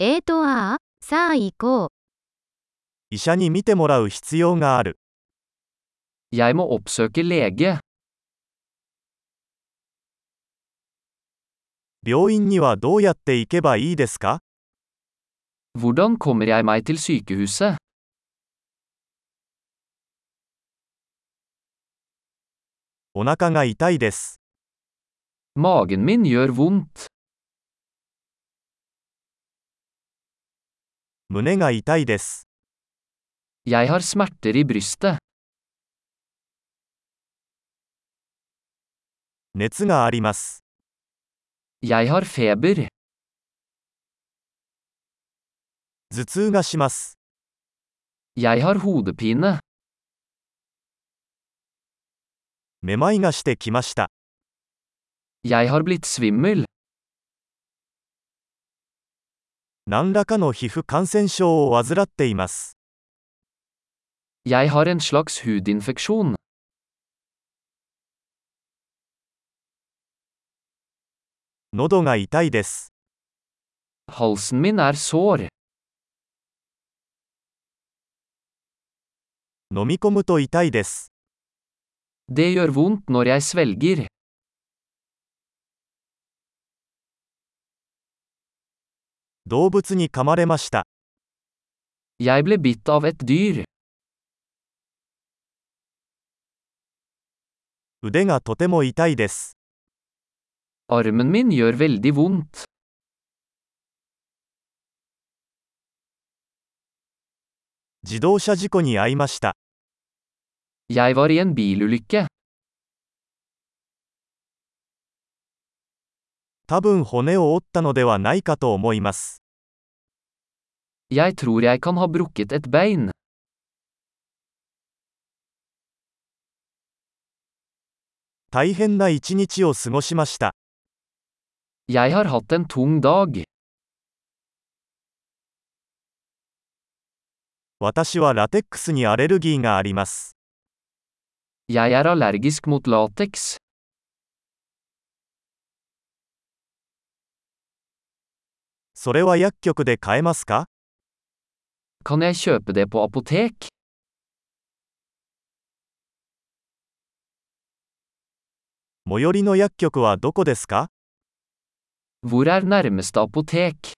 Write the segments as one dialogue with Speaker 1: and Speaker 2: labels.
Speaker 1: えーとああ、さあ行こう。
Speaker 2: 医者に診てもらう必要がある
Speaker 3: Jeg må oppsøke lege.
Speaker 2: 病院にはどうやって行けばいいですか
Speaker 3: Hvordan kommer jeg meg til sykehuset?
Speaker 2: お腹が痛いです
Speaker 3: Magen min gjør vondt.
Speaker 2: 胸が痛いです
Speaker 3: Jeg har smerter i brystet.
Speaker 2: 熱があります
Speaker 3: Jeg har feber.
Speaker 2: 頭痛がします
Speaker 3: Jeg har hodepine.
Speaker 2: めまいがしてきました
Speaker 3: Jeg har blitt svimmel.
Speaker 2: 何らかの皮膚感染症を患っています
Speaker 3: Jeg har en slags hudinfeksjon.
Speaker 2: 喉が痛いです
Speaker 3: Halsen min er sår.
Speaker 2: 飲み込むと痛いです
Speaker 3: Det gjør vondt når jeg svelger.
Speaker 2: 動物に噛まれました
Speaker 3: Jeg ble bitt av et dyr.
Speaker 2: 腕がとても痛いです
Speaker 3: Armen min gjør veldig vondt.
Speaker 2: 自動車事故に遭いました
Speaker 3: Jeg var i en bilulykke.
Speaker 2: 多分骨を折ったのではないかと思います
Speaker 3: Jeg tror jeg kan ha brukket et bein.
Speaker 2: 大変な一日を過ごしました
Speaker 3: Jeg har hatt en tung dag.
Speaker 2: 私はラテックスにアレルギーがあります
Speaker 3: Jeg er allergisk mot lateks.
Speaker 2: それは薬局で買えますか
Speaker 3: Kan jeg kjøpe det på apotek?
Speaker 2: 最寄りの薬局はどこですか
Speaker 3: Hvor er nærmeste apotek?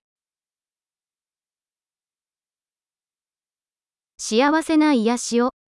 Speaker 1: 幸せな癒しを。